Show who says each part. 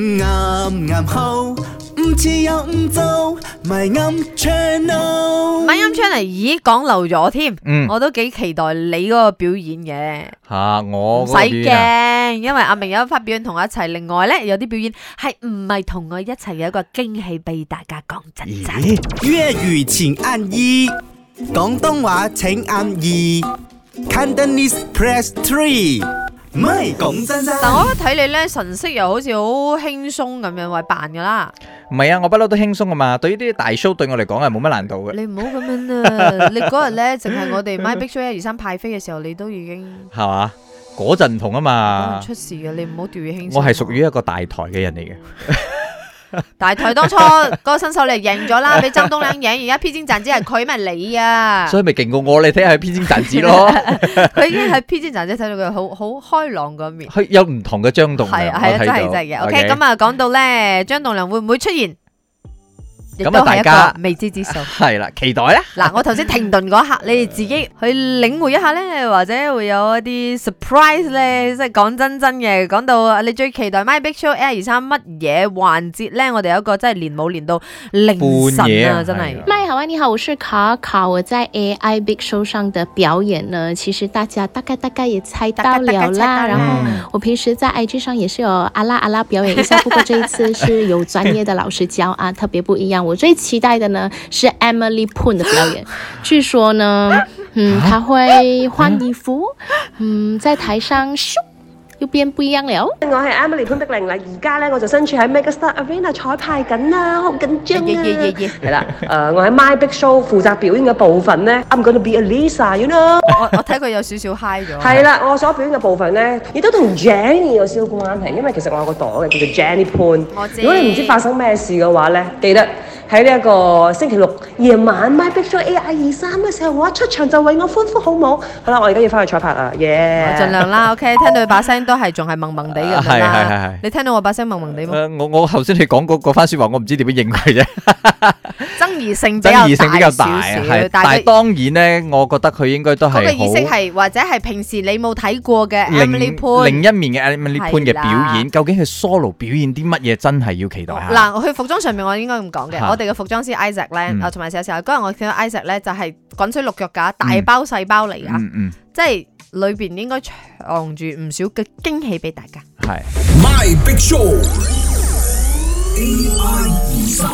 Speaker 1: 嗯啱啱好，唔似又唔做，咪啱 channel。
Speaker 2: 咪音出嚟，咦，講漏咗添，
Speaker 3: 嗯
Speaker 2: 我都幾期待你嗰個表演
Speaker 3: 吓
Speaker 2: 嘅，
Speaker 3: 我
Speaker 2: 唔使
Speaker 3: 嗰個表演啊
Speaker 2: 驚，因為阿明有一忽表演同我一齊，另外咧有啲表演係唔係同我一齊有一個驚喜俾大家講真真。
Speaker 3: 咦，
Speaker 1: 粵語請按一，廣東話請按二，Cantonese press three。唔係講真真，
Speaker 2: 但我一睇你咧，神色又好似好輕鬆咁樣，喂扮噶啦，
Speaker 3: 唔係啊，我不嬲都輕鬆噶嘛。對於啲大 show 對我嚟講係冇乜難度嘅，
Speaker 2: 你唔好咁樣 啊！你嗰日咧，淨係我哋 My Big Show 一二三派飛嘅時候，你都已經
Speaker 3: 係嘛？嗰陣唔同啊嘛，
Speaker 2: 出事嘅，你唔好掉以輕心。
Speaker 3: 我係屬於一個大台嘅人嚟嘅。
Speaker 2: 大台當初嗰個新手你贏咗啦，俾曾東亮贏，而家 P 尖賺子係佢咪你 啊？
Speaker 3: 所以咪勁過我，你睇下佢偏尖賺 子咯，
Speaker 2: 佢已經喺 P 尖賺子睇到佢好好開朗嗰一面。
Speaker 3: 佢有唔同嘅張動嘅
Speaker 2: 係啊
Speaker 3: 我
Speaker 2: 係啊，
Speaker 3: 睇
Speaker 2: 真係
Speaker 3: 到
Speaker 2: 真嘅。OK，咁啊講到咧，張棟梁會唔會出現？亦
Speaker 3: 咁啊
Speaker 2: 都係
Speaker 3: 大
Speaker 2: 一
Speaker 3: 家
Speaker 2: 個未知之數。
Speaker 3: 係啦，期待啦，
Speaker 2: 嗱，我頭先停頓嗰一 刻，你哋自己去領會一下咧，或者會有一啲 surprise 咧，即係講真真嘅。講到你最期待 My Big Show Air 二三乜嘢環節咧？我哋有一個真係連冇連到凌
Speaker 3: 半
Speaker 2: 晨
Speaker 3: 夜
Speaker 2: 啊，
Speaker 3: 啊
Speaker 2: 真係
Speaker 3: 係啊。
Speaker 4: 麦好啊，你好，我是卡卡。我在 AI Big Show 上的表演呢，其实大家大概大概也猜到
Speaker 2: 大概大
Speaker 4: 了
Speaker 2: 概猜到
Speaker 4: 啦。
Speaker 2: 了
Speaker 4: 然后
Speaker 3: 嗯
Speaker 4: 我平时在 IG 上也是有阿拉阿拉表演一下，不过这一次是有专业的老师教啊，特别不一样。我最期待的呢是 Emily Poon 的表 演，据说呢，嗯，
Speaker 3: 啊
Speaker 4: 她会换衣服，嗯，在台上咻又变不一样了。
Speaker 5: 我係 Emily 潘碧玲啦，而家咧我就身處喺 Megastar Arena 彩排緊啦，好緊張
Speaker 2: 耶耶耶
Speaker 5: 啊！
Speaker 2: 耶！
Speaker 5: 係啦，誒我喺 My Big Show 負責表演嘅部分咧，I'm gonna be a Lisa，you know？
Speaker 2: 我我睇佢有少少 high 咗。
Speaker 5: 係啦，我所表演嘅部分咧，亦都同 Jenny 有少少關係，因為其實我有個朵嘅叫做 Jenny Pan。
Speaker 2: 我知
Speaker 5: 如果你唔知發生咩事嘅話咧，記得喺呢一個星期六夜晚 My Big Show AI 二三嘅時候，我一出場就為我歡呼，好冇？好啦，我而家要翻去彩排啦，耶、
Speaker 2: 我盡量 啦，OK，聽到佢把聲都係仲係萌萌地咁樣
Speaker 3: 啊 係係係
Speaker 2: 啦
Speaker 3: 係。
Speaker 2: 你聽到我把聲萌萌地嗎？
Speaker 3: 誒我我頭先你講嗰嗰番説話，我唔知點樣應佢啫。
Speaker 2: 爭議性比
Speaker 3: 爭
Speaker 2: 較
Speaker 3: 議性比較大
Speaker 2: 大
Speaker 3: 啊，
Speaker 2: 少
Speaker 3: 係
Speaker 2: 少，
Speaker 3: 但
Speaker 2: 但係
Speaker 3: 係
Speaker 2: 佢
Speaker 3: 當然咧，我覺得佢應該都
Speaker 2: 嗰個
Speaker 3: 係
Speaker 2: 意識
Speaker 3: 好
Speaker 2: 係或者係平時你冇睇過嘅
Speaker 3: 另
Speaker 2: Emily Poon。
Speaker 3: 另一面嘅 Emily
Speaker 2: 係
Speaker 3: Poon 嘅
Speaker 2: 啦
Speaker 3: 表演，究竟佢 solo 表演啲乜嘢，真係要期待下。
Speaker 2: 嗱，去服裝上面我應該咁講嘅，
Speaker 3: 嚇
Speaker 2: 我哋嘅服裝師 Isaac 咧，
Speaker 3: 嗯
Speaker 2: 啊同埋有時候嗰日我見到 Isaac 咧就係滾水淥腳架，大
Speaker 3: 嗯
Speaker 2: 包細包嚟啊，
Speaker 3: 嗯嗯，
Speaker 2: 即係裏邊應該藏住唔少嘅驚喜俾大家。
Speaker 3: 係。
Speaker 6: My Big Show AI 二三。